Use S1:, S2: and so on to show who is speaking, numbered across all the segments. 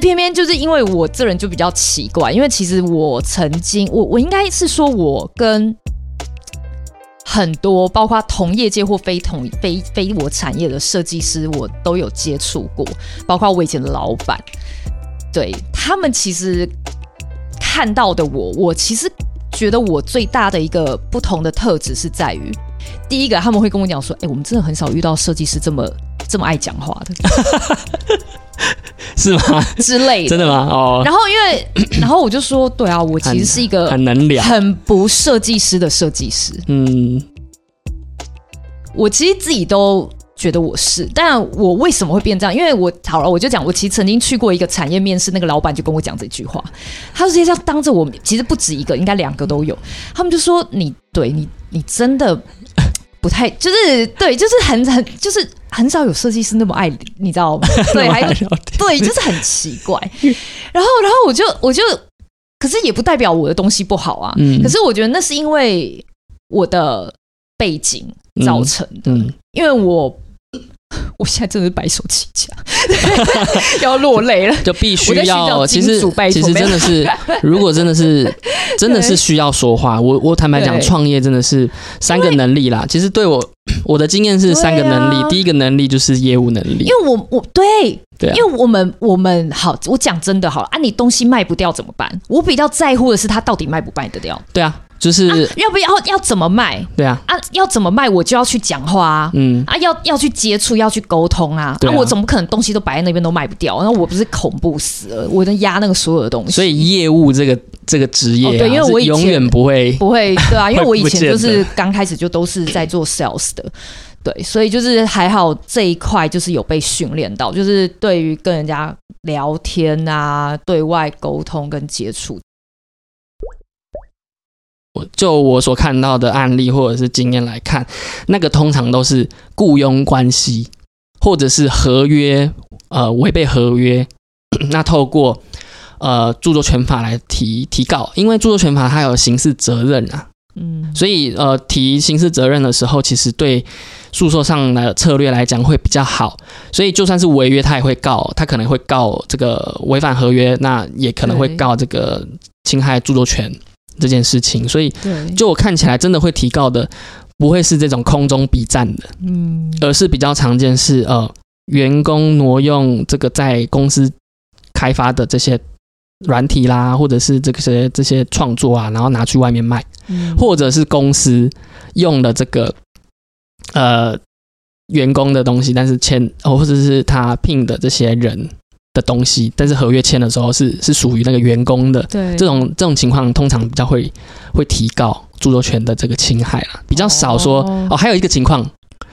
S1: 偏偏就是因为我这人就比较奇怪，因为其实我曾经，我我应该是说，我跟很多包括同业界或非同非非我产业的设计师，我都有接触过，包括我以前的老板，对他们其实看到的我，我其实觉得我最大的一个不同的特质是在于，第一个他们会跟我讲说，哎、我们真的很少遇到设计师这么这么爱讲话的
S2: 是吗？
S1: 之类的
S2: 真。的吗？哦，
S1: 然后因为， 然后我就说，对啊，我其实是一个
S2: 很能聊，
S1: 很不设计师的设计师，
S2: 嗯，
S1: 我其实自己都觉得我是，但我为什么会变这样？因为我好了，我就讲，我其实曾经去过一个产业面试，那个老板就跟我讲这句话，他直接这样当着我，其实不止一个，应该两个都有，他们就说你对你你真的不太，就是对，就是很很就是很少有设计师那么爱你，你知道吗？对，还有
S2: 聊天，
S1: 对，就是很奇怪。然后，然后我就我就，可是也不代表我的东西不好啊。
S2: 嗯
S1: 可是我觉得那是因为我的背景造成的，
S2: 嗯，
S1: 因为我我现在真的是白手起家， 要落泪 了。
S2: 就必须
S1: 我在寻
S2: 要，
S1: 找
S2: 其
S1: 金
S2: 实
S1: 主拜
S2: 其
S1: 托
S2: 实
S1: 没
S2: 真
S1: 有
S2: 的 是，如果真的是真的是
S1: 对
S2: 需要说话，我我坦白讲，
S1: 对
S2: 创业真的是三个能力啦。其实对我我的经验是三个能力，
S1: 对啊
S2: 第一个能力就是业务能力
S1: 因，为我我对，
S2: 对啊
S1: 因为我们我们好，我讲真的好了啊，你东西卖不掉怎么办？我比较在乎的是它到底卖不卖得掉，
S2: 对啊，就是、
S1: 啊、要不要要怎么卖
S2: 对啊，
S1: 啊？要怎么卖我就要去讲话啊，
S2: 嗯，
S1: 啊，要要去接触，要去沟通啊！
S2: 对
S1: 啊
S2: 啊
S1: 我总不可能东西都摆在那边都卖不掉，然后我不是恐怖死了，我能压那个所有的东西，
S2: 所以业务这个这个职业、啊
S1: 啊哦对因为我
S2: 是
S1: 以前
S2: 永远不会
S1: 不 会对啊，因为我以前就
S2: 会不
S1: 是刚开始就都是在做 sales 的。对，所以就是还好这一块就是有被训练到，就是对于跟人家聊天啊、对外沟通跟接触，
S2: 我就我所看到的案例或者是经验来看，那个通常都是雇佣关系，或者是合约，呃，违背合约。 那透过呃著作权法来提提告，因为著作权法它有刑事责任啊，
S1: 嗯，
S2: 所以呃提刑事责任的时候，其实对诉讼上的策略来讲会比较好。所以就算是违约，他也会告，他可能会告这个违反合约，那也可能会
S1: 对
S2: 告这个侵害著作权这件事情。所以
S1: 对，
S2: 就我看起来，真的会提告的，不会是这种空中比战的，
S1: 嗯，
S2: 而是比较常见是呃，员工挪用这个在公司开发的这些软体啦，或者是这些这些创作啊，然后拿去外面卖，
S1: 嗯
S2: 呃或者是公司用了这个呃员工的东西，但是签哦，或者是他聘的这些人的东西，但是合约签的时候是是属于那个员工的，
S1: 对
S2: 这种这种情况通常比较会会提高著作权的这个侵害啦，比较少说哦
S1: 哦
S2: 还有一个情况，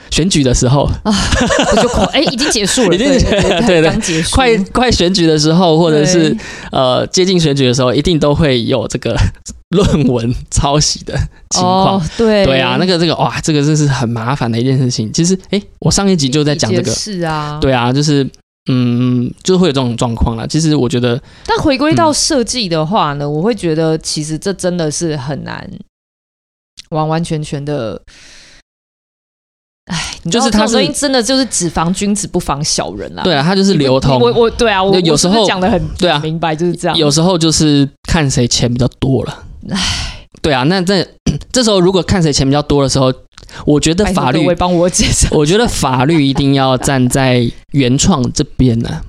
S2: 选举的时候，
S1: 我就恐哎，已经结束了，
S2: 已经
S1: 对
S2: 结
S1: 对
S2: 对对
S1: 刚结束，
S2: 快快选举的时候，或者是
S1: 对
S2: 呃接近选举的时候，一定都会有这个 论文抄袭的情况。
S1: 哦，对
S2: 对啊，那个这个哇，这个真是很麻烦的一件事情。其实，诶，我上一集就在讲这个，
S1: 是啊，
S2: 对啊，就是嗯，就会有这种状况啦。其实我觉得
S1: 但回归到设计的话呢，我会觉得其实这真的是很难完完全全的。哎，你知道
S2: 就是它
S1: 这种
S2: 是
S1: 东西真的就是只防君子不防小人啦、
S2: 对
S1: 啊，
S2: 啊，它就是流通，
S1: 我我对啊，我
S2: 有
S1: 我是不是
S2: 时候
S1: 讲的很
S2: 对啊，
S1: 明白，就是这样。
S2: 有时候就是看谁钱比较多了。对啊，那这这时候如果看谁钱比较多的时候，我觉得
S1: 拜托
S2: 法律
S1: 各位，帮我介绍，
S2: 我觉得法律一定要站在原创这边呢、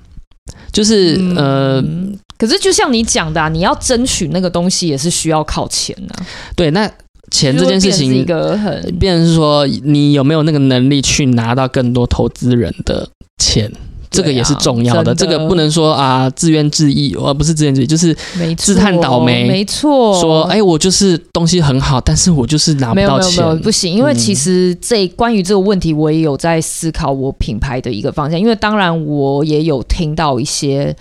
S2: 就是、呃，
S1: 嗯可是就像你讲的、啊，你要争取那个东西也是需要靠钱的、啊。
S2: 对，那钱这件事
S1: 就会变成是一
S2: 情，
S1: 个很
S2: 变成是说你有没有那个能力去拿到更多投资人的钱。这个也是重要的，
S1: 啊真的
S2: 这个不能说啊自怨自艾，而不是自怨自艾，就是
S1: 没错
S2: 自探倒霉
S1: 没错，
S2: 说，哎、我就是东西很好，但是我就是拿不
S1: 哦没有
S2: 到
S1: 没有
S2: 钱。
S1: 没有，不行，因为
S2: 嗯
S1: 其实这关于这个问题，我也有在思考我品牌的一个方向，因为当然我也有听到一些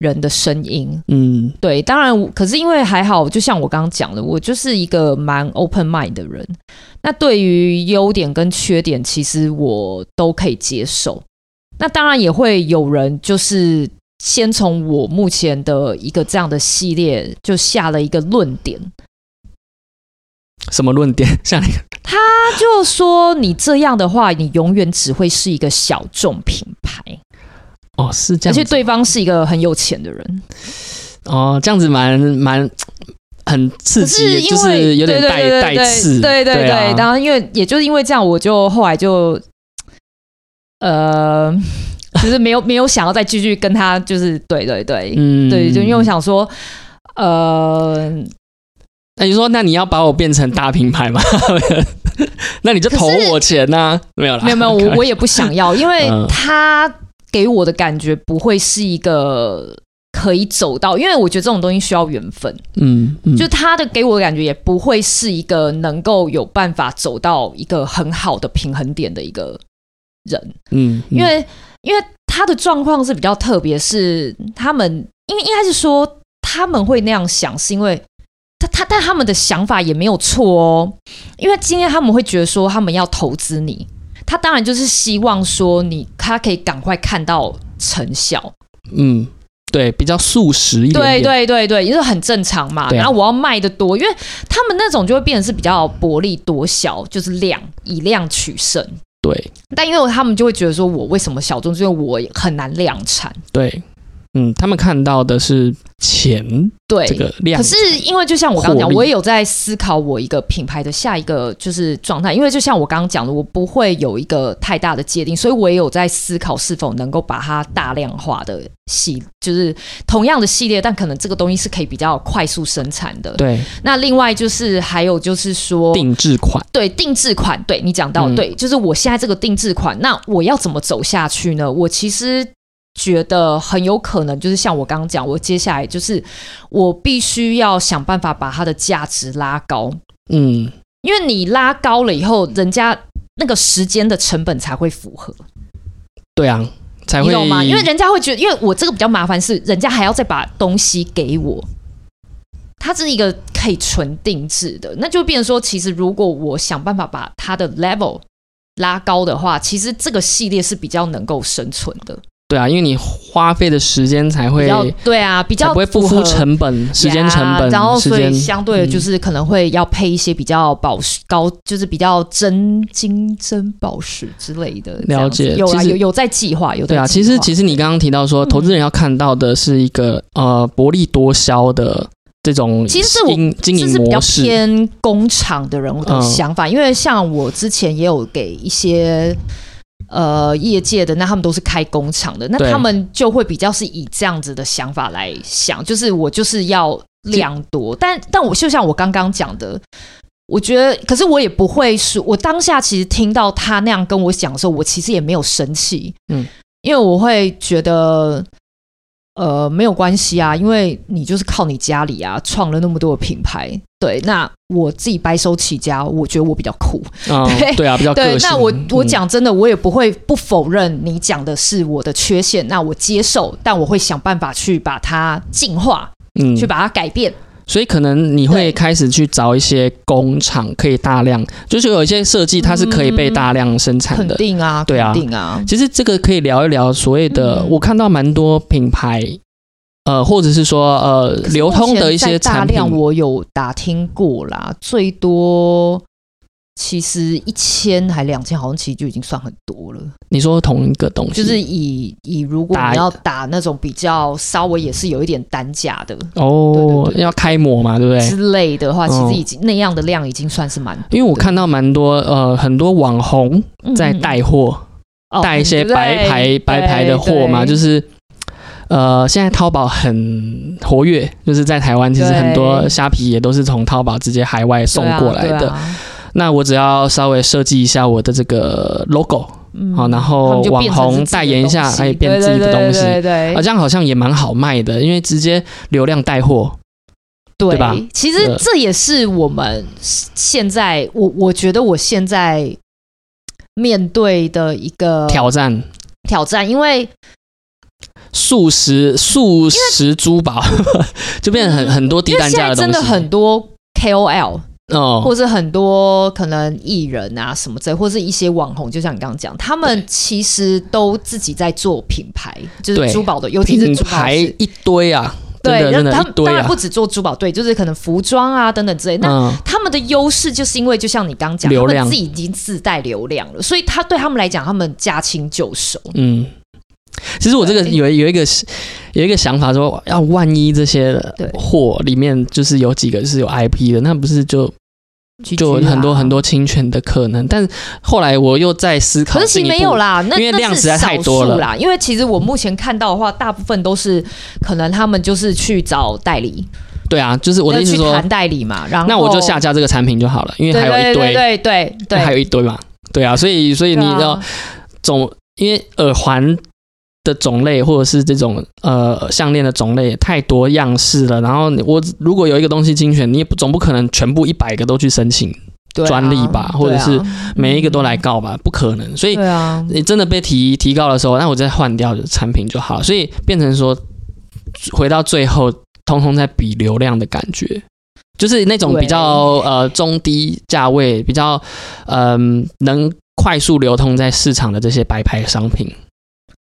S1: 人的声音。
S2: 嗯
S1: 对，当然我，可是因为还好，就像我刚刚讲的，我就是一个蛮 open mind 的人。那对于优点跟缺点，其实我都可以接受。那当然也会有人就是先从我目前的一个这样的系列就下了一个论点，
S2: 什么论点？像你
S1: 他就说你这样的话，你永远只会是一个小众品牌。
S2: 哦，是
S1: 而
S2: 这样子，
S1: 且对方是一个很有钱的人，
S2: 哦，这样子蛮蛮很刺
S1: 可是
S2: 激，
S1: 因
S2: 就
S1: 为
S2: 是有点
S1: 对
S2: 带
S1: 对
S2: 带
S1: 对对
S2: 刺，
S1: 对对对。
S2: 啊
S1: 然后因为也就是因为这样，我就后来就呃， 就是没有没有想要再继续跟他，就是对对对、
S2: 嗯
S1: 对，就因为我想说，呃，
S2: 那你说，那你要把我变成大品牌吗？ 那你就投我钱呐、没有啦，
S1: 没有没有，
S2: 开玩
S1: 我
S2: 笑
S1: 我也不想要，因为
S2: 嗯
S1: 他给我的感觉不会是一个。可以走到，因为我觉得这种东西需要缘分，
S2: 嗯嗯，
S1: 就他的给我的感觉也不会是一个能够有办法走到一个很好的平衡点的一个人。
S2: 嗯，嗯
S1: 因为因为他的状况是比较特别，是他们因为应该是说他们会那样想，是因为他他但他们的想法也没有错哦，因为今天他们会觉得说他们要投资你，他当然就是希望说你他可以赶快看到成效，
S2: 嗯，对，比较素食一点
S1: 对
S2: 点，
S1: 对对对，也是很正常嘛。
S2: 对啊
S1: 然后我要卖的多，因为他们那种就会变成是比较薄利多销，就是量以量取胜。
S2: 对
S1: 但因为他们就会觉得说，我为什么小众？是因为我很难量产。
S2: 对，嗯，他们看到的是钱
S1: 对，
S2: 这个量
S1: 可，是因为就像我刚刚讲
S2: 获，利
S1: 我也有在思考我一个品牌的下一个就是状态，因为就像我刚刚讲的，我不会有一个太大的界定，所以我也有在思考是否能够把它大量化的系，就是同样的系列，但可能这个东西是可以比较快速生产的。
S2: 对
S1: 那另外就是还有就是说。
S2: 定制款，
S1: 对定制款，对你讲到、
S2: 嗯
S1: 对，就是我现在这个定制款，那我要怎么走下去呢？我其实觉得很有可能就是像我刚刚讲，我接下来就是我必须要想办法把它的价值拉高，
S2: 嗯，
S1: 因为你拉高了以后，人家那个时间的成本才会符合，
S2: 对啊，才
S1: 你
S2: 会
S1: 懂吗？因为人家会觉得，因为我这个比较麻烦是，人家还要再把东西给我。它是一个可以纯定制的，那就变成说，其实如果我想办法把它的 level 拉高的话，其实这个系列是比较能够生存的，
S2: 对啊，因为你花费的时间才
S1: 比
S2: 会
S1: 较对啊，比
S2: 才
S1: 较
S2: 不会
S1: 符
S2: 付
S1: 合
S2: 出成本、时间
S1: 呀
S2: 成本，
S1: 然后
S2: 时
S1: 所以
S2: 间嗯
S1: 相对的就是可能会要配一些比较宝石高，就是比较真金真宝石之类的。这样子
S2: 了解
S1: 有啊，
S2: 其实
S1: 有有在计划，有在
S2: 对啊，
S1: 计
S2: 其
S1: 划嗯
S2: 实其实你刚刚提到说，投资人要看到的是一个呃薄利多销的这种
S1: 其实是我
S2: 经经
S1: 这
S2: 营
S1: 是比较
S2: 模式，嗯
S1: 偏工厂的人的想法，因为像我之前也有给一些呃业界的，那他们都是开工厂的，那
S2: 对
S1: 他们就会比较是以这样子的想法来想，就是我就是要量多，但但我就像我刚刚讲的。我觉得，可是我也不会说，我当下其实听到他那样跟我讲的时候，我其实也没有生气，
S2: 嗯
S1: 嗯，因为我会觉得呃，没有关系啊，因为你就是靠你家里啊创了那么多的品牌，对，那我自己白手起家，我觉得我比较酷，
S2: 嗯，
S1: 对
S2: 对啊，比较
S1: 对
S2: 个，性。
S1: 那我我
S2: 嗯，
S1: 讲真的，我也不会不否认你讲的是我的缺陷，那我接受，但我会想办法去把它进化，
S2: 嗯
S1: 去把它改变，
S2: 所以可能你会
S1: 对
S2: 开始去找一些工厂可以大量，就是有一些设计它是可以被大量生产
S1: 嗯肯
S2: 的。
S1: 定啊，
S2: 对啊
S1: 肯定啊，
S2: 其实这个可以聊一聊所谓的，
S1: 嗯
S2: 我看到蛮多品牌，呃，或者是说呃
S1: 可是
S2: 流通的一
S1: 目
S2: 些
S1: 前在大
S2: 产品
S1: 量，我有打听过啦，最多其实一千还两千，好像其实就已经算很多了。
S2: 你说同一个东西，
S1: 就是以以如果
S2: 打
S1: 你要打那种比较稍微也是有一点单价的
S2: 哦
S1: 对对对
S2: 要开模嘛，对不对？
S1: 之类的话，其
S2: 哦
S1: 实已经那样的量已经算是蛮嗯
S2: 因为我看到蛮多呃很多网红在带货，
S1: 哦
S2: 带一些白牌白牌的货嘛，就是是呃现在淘宝很活跃，就是在台湾其实
S1: 对啊
S2: 很多虾皮也都是从淘宝直接海外送过来的。那我只要稍微设计一下我的这个 logo
S1: 嗯
S2: 好然后网红代言一下哎变自己的东西
S1: 对对
S2: 啊，这样好像也蛮好卖的，因为直接流量带货，对
S1: 对
S2: 吧
S1: 其实
S2: 呃
S1: 这也是我们现在，我我觉得我现在面对的一个
S2: 挑战
S1: 挑战，因为
S2: 素食素食珠宝， 就变成很很多
S1: 嗯
S2: 低
S1: 因为
S2: 单
S1: 现
S2: 价
S1: 在
S2: 的东
S1: 真
S2: 西，
S1: 的很多 KOL。
S2: 哦，
S1: 或是很多可能艺人啊什么之类，或是一些网红，就像你刚刚讲，他们其实都自己在做品牌，就
S2: 对
S1: 是珠宝的，尤其
S2: 品
S1: 是珠宝
S2: 牌
S1: 是。
S2: 一堆啊，真
S1: 对，
S2: 的
S1: 那
S2: 真的
S1: 他
S2: 一
S1: 们
S2: 堆
S1: 当然
S2: 啊
S1: 不，只做珠宝，对，就是可能服装啊等等之类。那
S2: 嗯，
S1: 他们的优势就是因为，就像你刚讲，
S2: 流
S1: 他
S2: 量
S1: 们自己已经自带流量了，所以他对他们来讲，他们驾轻就熟。
S2: 嗯，其实我这个
S1: 对
S2: 有有一个有一个想法说，要万一这些
S1: 对
S2: 货里面就是有几个是有 IP 的，那不是就
S1: 去
S2: 就
S1: 举啦
S2: 很多很。多侵权的可能？但是后来我又在思
S1: 可
S2: 考
S1: 是其
S2: 进
S1: 实
S2: 一步，
S1: 没有啦，那
S2: 因为
S1: 那
S2: 量
S1: 是
S2: 实在太
S1: 少
S2: 多
S1: 数
S2: 了
S1: 啦。因为其实我目前看到的话，大部分都是可能他们就是去找代理，
S2: 对啊，就是我的意思
S1: 要
S2: 是
S1: 去
S2: 说
S1: 谈，代理嘛。然后
S2: 那我就下架这个产品就好了，因为
S1: 对
S2: 还有
S1: 对
S2: 一堆，
S1: 对对对对，
S2: 还有一堆嘛，对啊，所以所以
S1: 对
S2: 你
S1: 啊
S2: 要总因为耳环的种类或者是这种呃项链的种类太多样式了，然后你我如果有一个东西精选，你也不总不可能全部一百个都去申请，
S1: 对啊
S2: 专利吧或者
S1: 对
S2: 是
S1: 啊
S2: 每一个都来告吧，不可能，所以
S1: 对啊，
S2: 你真的被提提告的时候，那我再换掉产品就好了，所以变成说回到最后，通通在比流量的感觉，就是那种
S1: 对
S2: 比较呃中低价位、比较嗯、能快速流通在市场的这些白牌商品，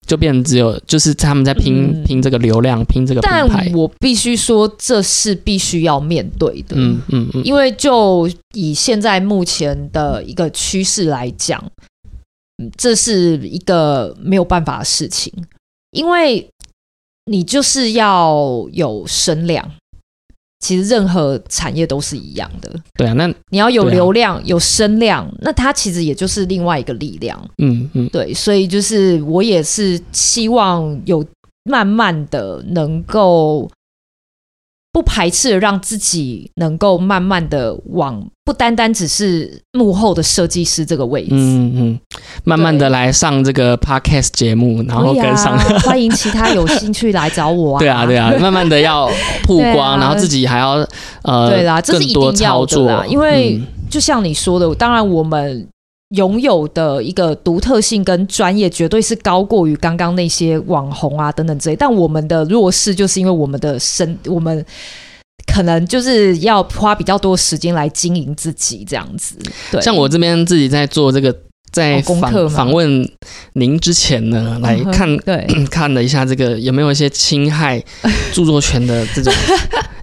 S2: 就变只有就是他们在拼、
S1: 嗯
S2: 拼这个流量，拼这个品
S1: 但
S2: 牌，
S1: 我必须说，这是必须要面对的。
S2: 嗯嗯嗯，
S1: 因为就以现在目前的一个趋势来讲，嗯这是一个没有办法的事情，因为你就是要有声量。其实任何产业都是一样的，
S2: 对啊，那
S1: 你要有
S2: 对啊
S1: 流量、有声量，那它其实也就是另外一个力量。
S2: 嗯嗯
S1: 对，所以就是我也是希望有慢慢的能够不排斥地让自己能够慢慢的往不单单只是幕后的设计师这个位置。
S2: 嗯嗯，慢慢的
S1: 对
S2: 来上这个 podcast 节目，然后
S1: 可以
S2: 跟
S1: 啊
S2: 上。
S1: 欢迎其他有兴趣来找我啊！
S2: 对啊，对啊，慢慢的要曝
S1: 对
S2: 光，
S1: 啊
S2: 然后自己还要呃，
S1: 对啦这是
S2: 更多
S1: 一定要
S2: 操
S1: 的
S2: 作
S1: 啦因为
S2: 嗯
S1: 就像你说的，当然我们拥有的一个独特性跟专业，绝对是高过于刚刚那些网红啊等等之类。但我们的弱势，就是因为我们的身，我们可能就是要花比较多时间来经营自己这样子。对，
S2: 像我这边自己在做这个，在
S1: 哦功
S2: 访
S1: 课吗
S2: 访问您之前呢，来
S1: 嗯哼
S2: 看
S1: 对
S2: 看了一下这个有没有一些侵 害著作权的这种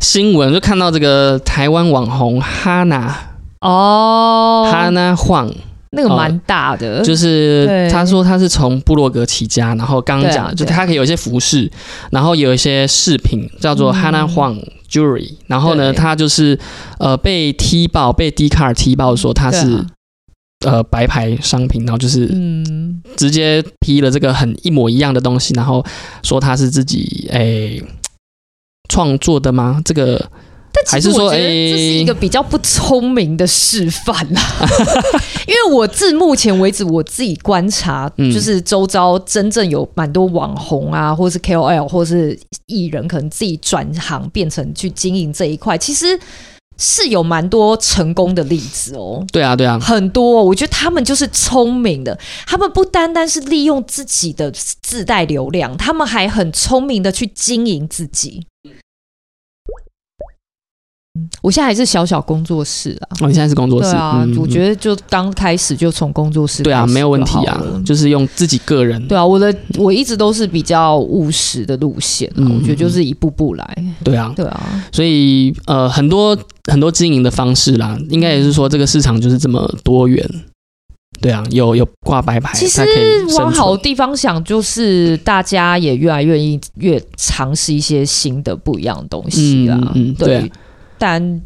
S2: 新闻，就看到这个台湾网红哈娜
S1: 哦，
S2: 哈娜晃，
S1: 那个蛮大的，
S2: 哦就是
S1: 呃对
S2: 他说他是从部落格起家，然后刚
S1: 对
S2: 刚
S1: 啊
S2: 讲，就
S1: 对啊
S2: 他可以有一些服饰，然后有一些饰品叫做
S1: 嗯
S2: Hana Huang Jewelry，然后呢，
S1: 对
S2: 他就是呃被踢爆，被 d 卡尔踢爆说他
S1: 对啊啊
S2: 是、呃白牌商品，然后就是
S1: 嗯，
S2: 直接批了这个很一模一样的东西，然后说他是自己诶创作的吗？这个
S1: 但其
S2: 还
S1: 实
S2: 是说
S1: 我觉得这是
S2: 诶
S1: 一个比较不聪明的示范 啦，因为我至目前为止我自己观察，
S2: 嗯
S1: 就是周遭真正有蛮多网红啊，或是 KOL 或是艺人，可能自己转行变成去经营这一块，其实是有蛮多成功的例子哦。
S2: 对啊对啊，
S1: 很多哦、我觉得他们就是聪明的，他们不单单是利用自己的自带流量，他们还很聪明的去经营自己。嗯我现在还是小小工作室啊，
S2: 我、哦、你现在是工作
S1: 对
S2: 室，
S1: 啊，
S2: 嗯
S1: 我觉得就刚开始就从工作室
S2: 对啊
S1: 开始
S2: 没有问题
S1: 就好
S2: 啊
S1: 了，
S2: 就是用自己个人
S1: 对啊，我的我一直都是比较务实的路线、啊，
S2: 嗯
S1: 我觉得就是一步步来，
S2: 对啊。
S1: 对啊，
S2: 所以呃，很多很多经营的方式啦，应该也是说这个市场就是这么多元。对啊，有有挂白牌，
S1: 其实
S2: 它可以生
S1: 往好
S2: 存
S1: 的地方想，就是大家也越来越愿意越尝试一些新的不一样的东西啦。
S2: 嗯嗯嗯对啊
S1: 但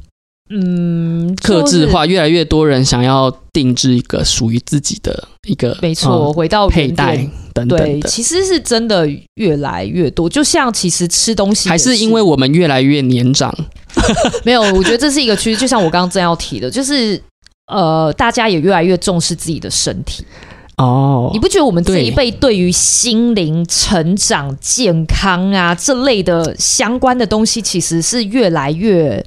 S1: 嗯，
S2: 克制
S1: 就是
S2: 化，越来越多人想要定制一个属于自己的一个，
S1: 没错，
S2: 嗯
S1: 回到原
S2: 佩
S1: 点
S2: 戴等等
S1: 对，
S2: 的。
S1: 其实是真的越来越多。就像其实吃东西也
S2: 还是因为我们越来越年长，
S1: 没有，我觉得这是一个趋势。就像我刚刚正要提的，就是。呃，大家也越来越重视自己的身体，
S2: 哦
S1: 你，不觉得我们这
S2: 对
S1: 一辈对于心灵成长、健康啊这类的相关的东西，其实是越来越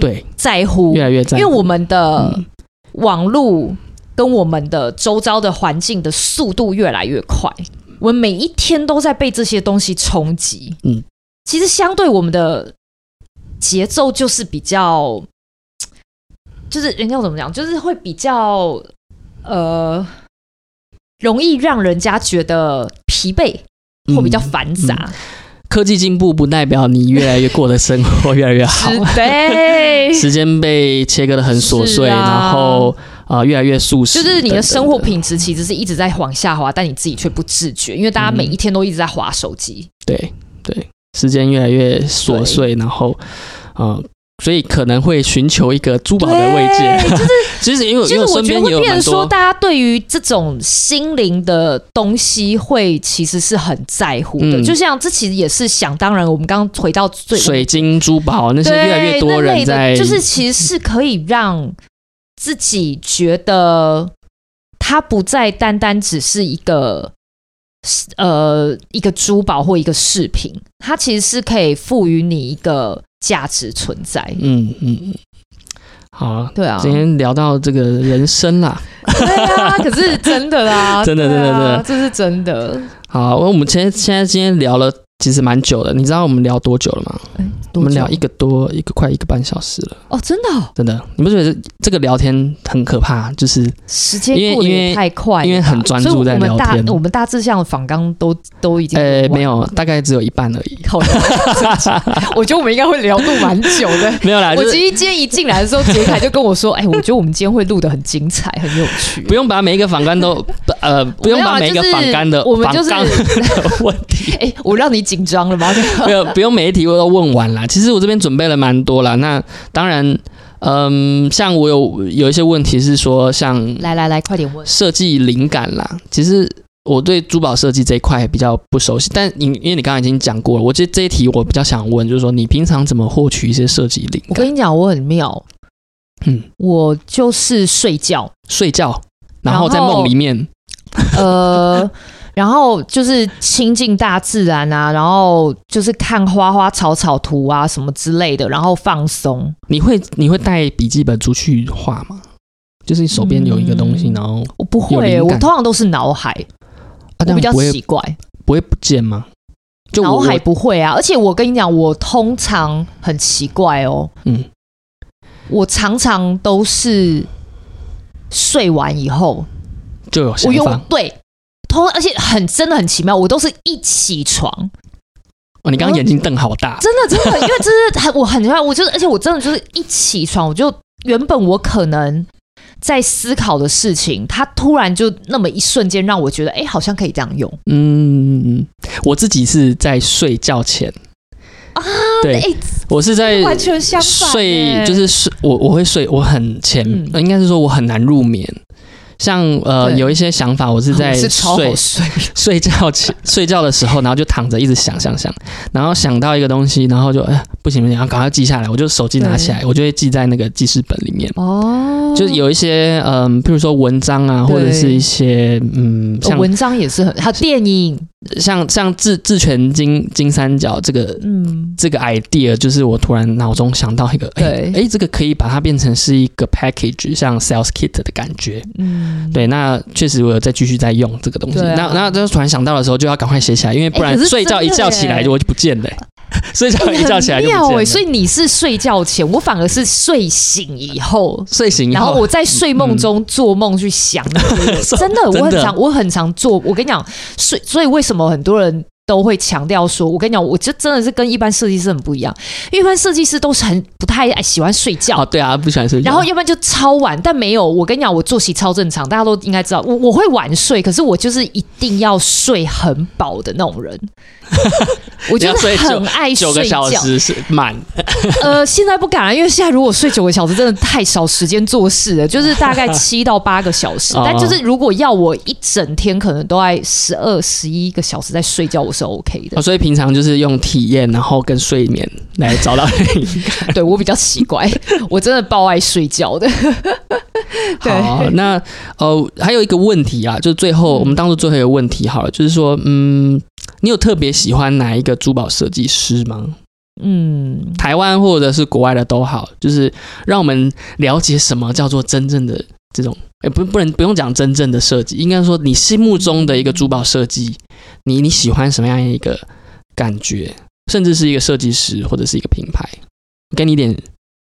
S2: 对，
S1: 在乎，
S2: 越来越在
S1: 因
S2: 乎，
S1: 为我们的
S2: 嗯
S1: 网络跟我们的周遭的环境的速度越来越快，我们每一天都在被这些东西冲击。
S2: 嗯
S1: 嗯，其实相对我们的节奏就是比较，就是人家怎么讲，就是会比较呃，容易让人家觉得疲惫或呃比较
S2: 嗯
S1: 繁杂。
S2: 科技进步不代表你越 来越过的生
S1: 嗯
S2: 活越来越好，
S1: 是对，
S2: 时间被切割的很琐碎，
S1: 是啊
S2: 然后啊、越来越素
S1: 就
S2: 食等等，
S1: 是你的生活
S2: 等等
S1: 品质其实是一直在往下滑，但你自己却不自觉，因为大家每一天都一直在滑手机。
S2: 对对，时间越来越琐碎，然后呃，所以可能会寻求一个珠宝的慰藉。
S1: 对就是
S2: 其实因为
S1: 其
S2: 因
S1: 实
S2: 为
S1: 我
S2: 身
S1: 觉
S2: 边
S1: 得会
S2: 也有
S1: 变
S2: 蛮
S1: 成说，
S2: 多，
S1: 大家对于这种心灵的东西会其实是很在乎的。
S2: 嗯
S1: 就像这其实也是想当然，我们刚刚回到最
S2: 水晶珠宝那些
S1: 对
S2: 越来越多
S1: 那类
S2: 人
S1: 的
S2: 在，
S1: 就是其实是可以让自己觉得它不再单单只是一个呃一个珠宝或一个饰品，它其实是可以赋予你一个价值存在。
S2: 嗯嗯嗯，好啊。
S1: 对啊，
S2: 今天聊到这个人生啦，
S1: 对啊，可是真的啦，
S2: 真的
S1: 对啊
S2: 真的
S1: 这是
S2: 真的
S1: 真的。
S2: 好，我们前现在今天聊了其实蛮久的，你知道我们聊多久了吗？
S1: 哎
S2: 我
S1: 多
S2: 们
S1: 久
S2: 聊一个多一个快一个半小时了，
S1: 哦，真的哦、
S2: 真的，你不觉得这个聊天很可怕？就是
S1: 时间
S2: 因为
S1: 过得
S2: 因
S1: 也
S2: 为
S1: 太快了吧，
S2: 因为很专注
S1: 所以
S2: 在
S1: 我们
S2: 聊
S1: 大
S2: 天
S1: 我们大致上的访纲都都已经
S2: 呃，没
S1: 有。
S2: 有，大概只有一半而 已。
S1: 靠 我觉得我们应该会聊录蛮久 的。
S2: 没有啦，
S1: 我
S2: 就是
S1: 其实今天一进来的时候，杰凯就跟我说：“哎，我觉得我们今天会录的很精彩，很有趣。
S2: 不用把每一个反杆都 不呃，不用
S1: 没有
S2: 把
S1: 啊
S2: 每一个
S1: 就是
S2: 反杆的
S1: 我们
S2: 反
S1: 就是
S2: 纲 的问题，
S1: 哎，我让你紧张 了吗？
S2: 没有不用每一题我都问完啦。其实我这边准备了蛮多啦。那当然，嗯，像我有有一些问题是说，像
S1: 来来来，快点问。
S2: 设计灵感啦，其实。我对珠宝设计这一块比较不熟悉，但你因为你刚刚已经讲过了，我觉得这一题我比较想问，就是说你平常怎么获取一些设计灵
S1: 我
S2: 感？
S1: 跟你讲，我很妙，
S2: 嗯，
S1: 我就是睡觉，
S2: 睡觉，然
S1: 然
S2: 后在
S1: 后
S2: 梦里面，
S1: 呃，然后就是亲近大自然啊，然后就是看花花草草图啊什么之类的，然后放松。
S2: 你会你会带笔记本出去画吗？就是你手边有一个东西，
S1: 嗯
S2: 然后
S1: 我不
S2: 有
S1: 会、
S2: 灵
S1: 我
S2: 感
S1: 通常都是脑海，
S2: 啊，
S1: 我
S2: 但
S1: 比较
S2: 不会
S1: 奇怪。
S2: 不会不见吗？就
S1: 脑
S2: 我
S1: 海不会啊，而且我跟你讲，我通常很奇怪哦，
S2: 嗯，
S1: 我常常都是睡完以后，
S2: 我就有想
S1: 我用
S2: 法
S1: 对，通而且很真的很奇妙，我都是一起床，
S2: 哦。你刚刚眼睛瞪好大，
S1: 真的真的，因为真的很我很奇怪，我就是而且我真的就是一起床，我就呃原本我可能在思考的事情，它突然就那么一瞬间让我觉得，哎，好像可以这样用。
S2: 嗯，我自己是在睡觉前
S1: 啊，
S2: 对
S1: 哎，
S2: 我是在
S1: 完全相反
S2: 睡，
S1: 耶，
S2: 就是睡我我会睡，我很浅，
S1: 嗯
S2: 呃应该是说我很难入眠。像呃
S1: 对
S2: 有一些想法， 我是在
S1: 我 是超
S2: 睡
S1: 好睡，
S2: 睡觉前睡觉的时候，然后就躺着一直想想想，然后想到一个东西，然后就哎呀不行不行，然后赶快记下来，我就手机拿起来，我就会记在那个记事本里面。
S1: 哦，
S2: 就是有一些嗯，譬如说文章啊，
S1: 对
S2: 或者是一些嗯，
S1: 呃
S2: 像
S1: 文章也是很，还有电影，
S2: 像像自自权金金三角这个
S1: 嗯，
S2: 这个 idea，就是我突然脑中想到一个，哎
S1: 对，
S2: 哎，这个可以把它变成是一个 package，像 sales kit 的感觉。
S1: 嗯，
S2: 对，那确实我有在继续在用这个东西。
S1: 对啊
S2: 那那就突然想到的时候，就要赶快写起来，因为不
S1: 哎
S2: 然
S1: 可是
S2: 睡觉一
S1: 真的
S2: 觉起来
S1: 耶
S2: 就我就不见了、 睡觉
S1: 哎。
S2: 一觉起来就
S1: 很妙
S2: 不
S1: 哎、
S2: 见
S1: 所
S2: 了。
S1: 以你是睡觉前，我反而是睡醒以后，
S2: 睡醒以
S1: 然后
S2: 后
S1: 我在睡梦中做梦去 想那个真的，
S2: 真
S1: 我很
S2: 的
S1: 常，我很常做。我跟你讲，睡，所以为什么很多人都会强调说，我跟你讲，我这真的是跟一般设计师很不一样，因为一般设计师都是很不太爱喜欢睡觉
S2: 哦，对啊，不喜欢睡觉。
S1: 然后要不然就超晚，但没有。我跟你讲，我作息超正常，大家都应该知道。我我会晚睡，可是我就是一定要睡很饱的那种 人。我就
S2: 你要睡
S1: 是
S2: 九
S1: 很爱
S2: 九
S1: 睡
S2: 个小
S1: 觉。
S2: 时是满，
S1: 呃，现在不敢了，因为现在如果睡九个小时，真的太少时间做事 了，就是大概七到八个小时
S2: 哦。
S1: 但就是如果要我一整天，可能都在十二、十一个小时在睡觉，我是 OK 的
S2: 哦，。所以平常就是用体验，然后跟睡眠来 找到
S1: 对我比较奇 怪，我真的爆爱睡觉的。对
S2: 好，那呃，还有一个问题啊，就是最后、
S1: 嗯
S2: 我们当做最后一个问题好了，就是说，嗯，你有特别喜欢哪一个珠宝设计师吗？
S1: 嗯，
S2: 台湾或者是国外的都好，就是让我们了解什么叫做真正的这种，哎、不，不能不用讲真正的设计，应该说你心目中的一个珠宝设计，你你喜欢什么样一个感觉，甚至是一个设计师或者是一个品牌，给你一点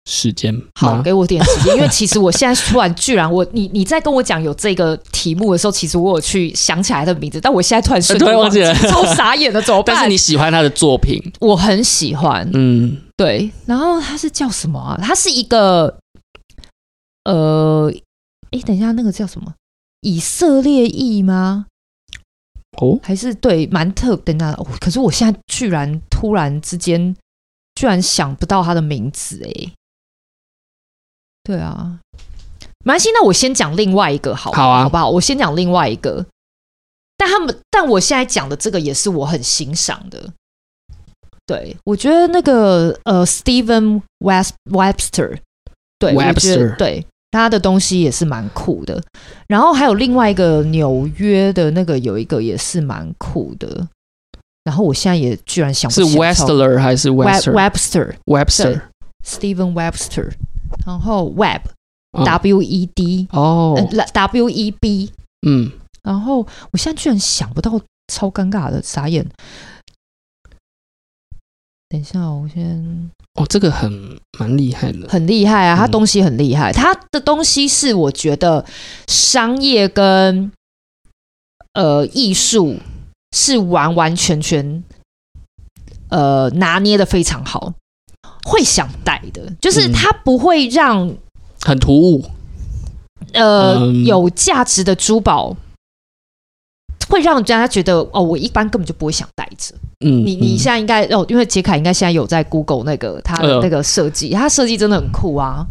S2: 时间吗，
S1: 好，给我点时间，因为其实我现在突然居然我你你在跟我讲有这个题目的时候，其实我有去想起来他的名字，但我现在突然瞬
S2: 呃突
S1: 间
S2: 然忘记了
S1: 超傻眼的，怎么办？
S2: 但是你喜欢他的作品，
S1: 我很喜欢，
S2: 嗯。
S1: 对，然后他是叫什么啊？他是一个呃诶，等一下，那个叫什么？以色列裔吗？
S2: 哦，
S1: 还是对，蛮特。等一下、哦可是我现在居然突然之间，居然想不到他的名字诶。对啊，没关系，那我先讲另外一个好了，
S2: 好啊
S1: 好不好？我先讲另外一个，但他们，但我现在讲的这个也是我很欣赏的。对，我觉得那个呃，Steven West Webster，对我觉得
S2: Webster
S1: 对他的东西也是蛮酷的。然后还有另外一个纽约的那个有一个也是蛮酷的，然后我现在也居然想不
S2: 是
S1: 起来
S2: Westler 还是 Webster？
S1: Webster
S2: Webster
S1: Steven Webster，然后 Web
S2: 嗯
S1: W E D
S2: 哦
S1: 呃，la- W E B，
S2: 嗯，
S1: 然后我现在居然想不到，超尴尬的，傻眼。等一下哦，我先
S2: 哦，这个很蛮厉害的，
S1: 很厉害啊，他
S2: 嗯
S1: 东西很厉害，他的东西是我觉得商业跟呃艺术是完完全全呃拿捏的非常好，会想带的，就是
S2: 嗯
S1: 他不会让、
S2: 很突兀，
S1: 呃、
S2: 嗯
S1: 有价值的珠宝。会让人家觉得哦，我一般根本就不会想带着。
S2: 嗯，
S1: 你你
S2: 嗯
S1: 现在应该哦，因为杰凯应该现在有在 Google 那个他的
S2: 呃
S1: 那个设计，他设计真的很酷啊。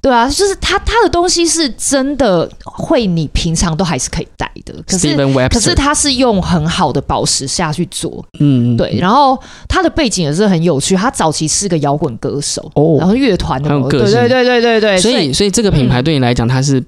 S1: 对啊，就是他他的东西是真的会，你平常都还是可以戴的。可是
S2: Steven
S1: 可是
S2: Webster，
S1: 他是用很好的宝石下去做，
S2: 嗯，嗯
S1: 对。
S2: 嗯
S1: 然后他的背景也是很有趣，他早期是个摇滚歌手，然
S2: 哦，
S1: 后乐团的
S2: 很有
S1: 嘛，
S2: 个
S1: 对
S2: 性
S1: 对对对对对，嗯
S2: 所以所以这个品牌对你来讲，它是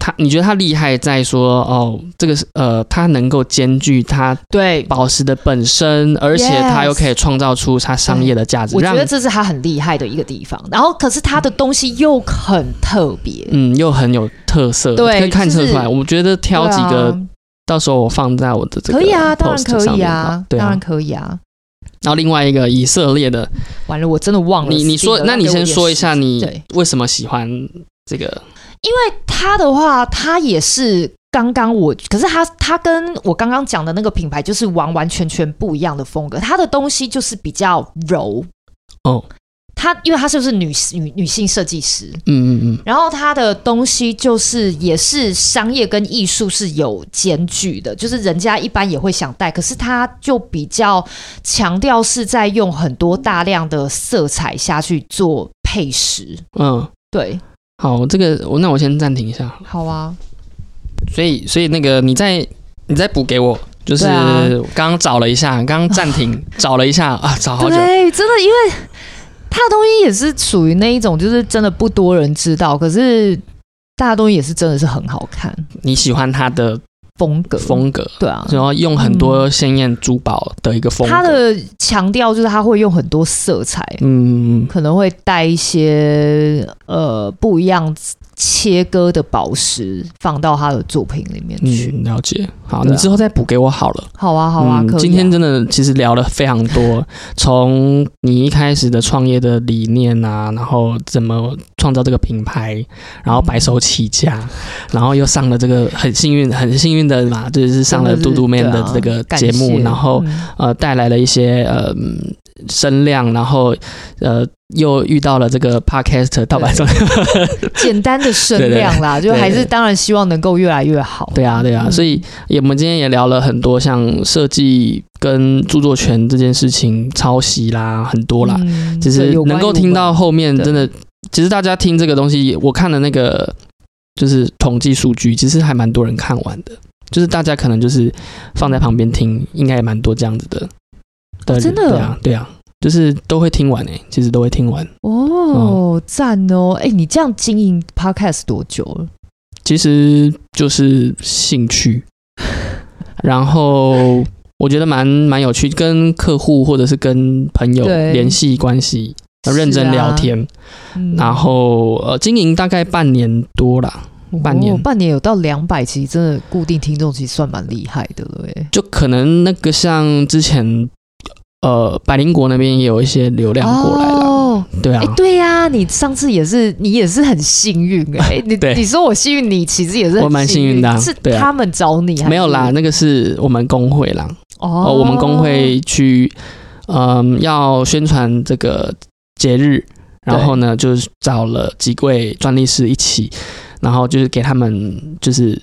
S2: 它，你觉得它厉害在说哦，这个是呃，它能够兼具它
S1: 对，
S2: 宝石的本身，而且
S1: Yes
S2: 它又可以创造出它商业的价值，
S1: 我觉
S2: 让
S1: 得这是他很厉害的一个地方。然后可是他的东西又很特别，
S2: 嗯又很有特色，
S1: 对
S2: 可以看
S1: 就
S2: 测
S1: 是
S2: 出来。我觉得挑几
S1: 对
S2: 个，
S1: 啊
S2: 到时候我放在我的这个
S1: 可以啊，当然
S2: post 上
S1: 可以
S2: 面
S1: 啊
S2: 好，对
S1: 当然
S2: 啊。
S1: 可以啊。
S2: 然后另外一个以色列的，
S1: 完了，我真的忘了。
S2: 你你说，
S1: Steven，
S2: 那你
S1: 给我
S2: 先
S1: 点
S2: 说一
S1: 时
S2: 下
S1: 间
S2: 你
S1: 对
S2: 为什么喜欢这个？
S1: 他的话，他也是刚刚我，可是他他跟我刚刚讲的那个品牌就是完完全全不一样的风格。他的东西就是比较柔
S2: 哦，
S1: 他因为他就是女女女性设计师，
S2: 嗯嗯嗯，
S1: 然后他的东西就是也是商业跟艺术是有间距的，就是人家一般也会想戴，可是他就比较强调是在用很多大量的色彩下去做配饰。
S2: 嗯，
S1: 对，
S2: 好，这个我那我先暂停一下。
S1: 好啊，
S2: 所以所以那个你再你再补给我，就是
S1: 对啊
S2: 刚刚找了一下，刚刚暂 停找了一下啊，找好久。
S1: 对，真的，因为他的东西也是属于那一种，就是真的不多人知道，可是他的东西也是真的是很好看，
S2: 你喜欢它的
S1: 风格，
S2: 风格，
S1: 对啊，
S2: 然后用很多鲜艳珠宝的一个风格。
S1: 他的强调就是他会用很多色彩，
S2: 嗯，嗯
S1: 可能会带一些呃不一样切割的宝石放到他的作品里面去。
S2: 嗯，了解。好，
S1: 对啊
S2: 你之后再补给我好了。
S1: 好啊，好啊，
S2: 嗯
S1: 可以啊、
S2: 今天真的其实聊了非常多， 从你一开始的创业的理念啊，然后怎么创造这个品牌，然后白手起家，然后又上了这个很幸运很幸运的嘛，就是上了
S1: 真的
S2: 嘟
S1: 是
S2: 嘟妹
S1: 对
S2: 的
S1: 啊
S2: 这个
S1: 感
S2: 节
S1: 谢
S2: 目，然后
S1: 嗯
S2: 呃带来了一些呃嗯声量，然后呃又遇到了这个 podcast 盗版
S1: 对
S2: 中，
S1: 简单的声量啦，就还是当然希望能够越来越好。
S2: 对啊对啊，
S1: 嗯
S2: 所以也我们今天也聊了很多像设计跟著作权这件事情抄袭啦，很多啦，
S1: 嗯
S2: 其实
S1: 对有关
S2: 能够
S1: 于
S2: 听
S1: 我
S2: 到
S1: 们
S2: 后面
S1: 对
S2: 真的，其实大家听这个东西，我看了那个就是统计数据，其实还蛮多人看完的，就是大家可能就是放在旁边听，应该也蛮多这样子的。对，
S1: 哦真的
S2: 对啊，对啊，就是都会听完诶、其实都会听完。
S1: 哦，赞哦！哎，你这样经营 podcast 多久了？
S2: 其实就是 兴趣，然后我觉得蛮蛮有趣，跟客户或者是跟朋友
S1: 对
S2: 联系关系，要认
S1: 是
S2: 真
S1: 啊
S2: 聊天，
S1: 嗯
S2: 然后呃经营大概半年多啦。半年
S1: 哦半年有到两百，其实真的固定听众其实算蛮厉害的了，哎。
S2: 就可能那个像之前呃百灵国那边也有一些流量过来了，
S1: 哦
S2: 对啊
S1: 哎、，对呀、你上次也是，你也是很幸运哎、 你
S2: 对
S1: 你说我幸运，你其实也是很
S2: 我蛮幸运的啊
S1: 是
S2: 对啊
S1: 他们找你还是
S2: 没有啦，那个是我们工会啦，
S1: 哦
S2: 哦，我们工会去嗯、要宣传这个节日，然后呢就是找了几位专利师一起。然后就是给他们就是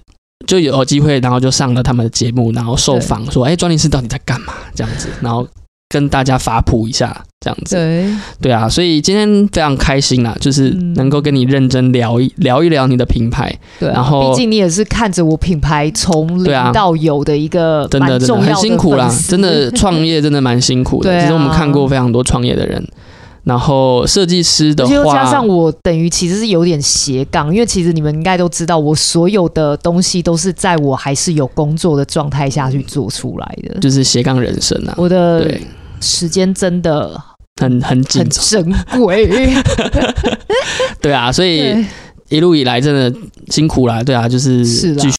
S2: 就有机会，然后就上了他们的节目，然后受访说，哎，专利师到底在干嘛？这样子，然后跟大家发普一下，这样子，
S1: 对，
S2: 对啊，所以今天非常开心啦，就是
S1: 嗯
S2: 能够跟你认真聊一聊一聊你的品牌，
S1: 对啊、
S2: 然后
S1: 毕竟你也是看着我品牌从
S2: 对啊
S1: 零到有的一个
S2: 真的
S1: 蛮
S2: 真的
S1: 重要
S2: 很
S1: 的
S2: 辛苦啦
S1: 粉，丝
S2: 真的创业真的蛮辛苦的。
S1: 对啊
S2: 其实我们看过非常多创业的人，然后设计师的
S1: 而且又
S2: 话，
S1: 加上我等于其实是有点斜杠，因为其实你们应该都知道，我所有的东西都是在我还是有工作的状态下去做出来的。
S2: 就是斜杠人生啊，
S1: 我的
S2: 对，
S1: 时间真的
S2: 很很紧
S1: 很
S2: 凑，
S1: 珍贵，
S2: 对啊，所以
S1: 对
S2: 一路以来真的辛苦啦，对啊，就是
S1: 是啦
S2: 继续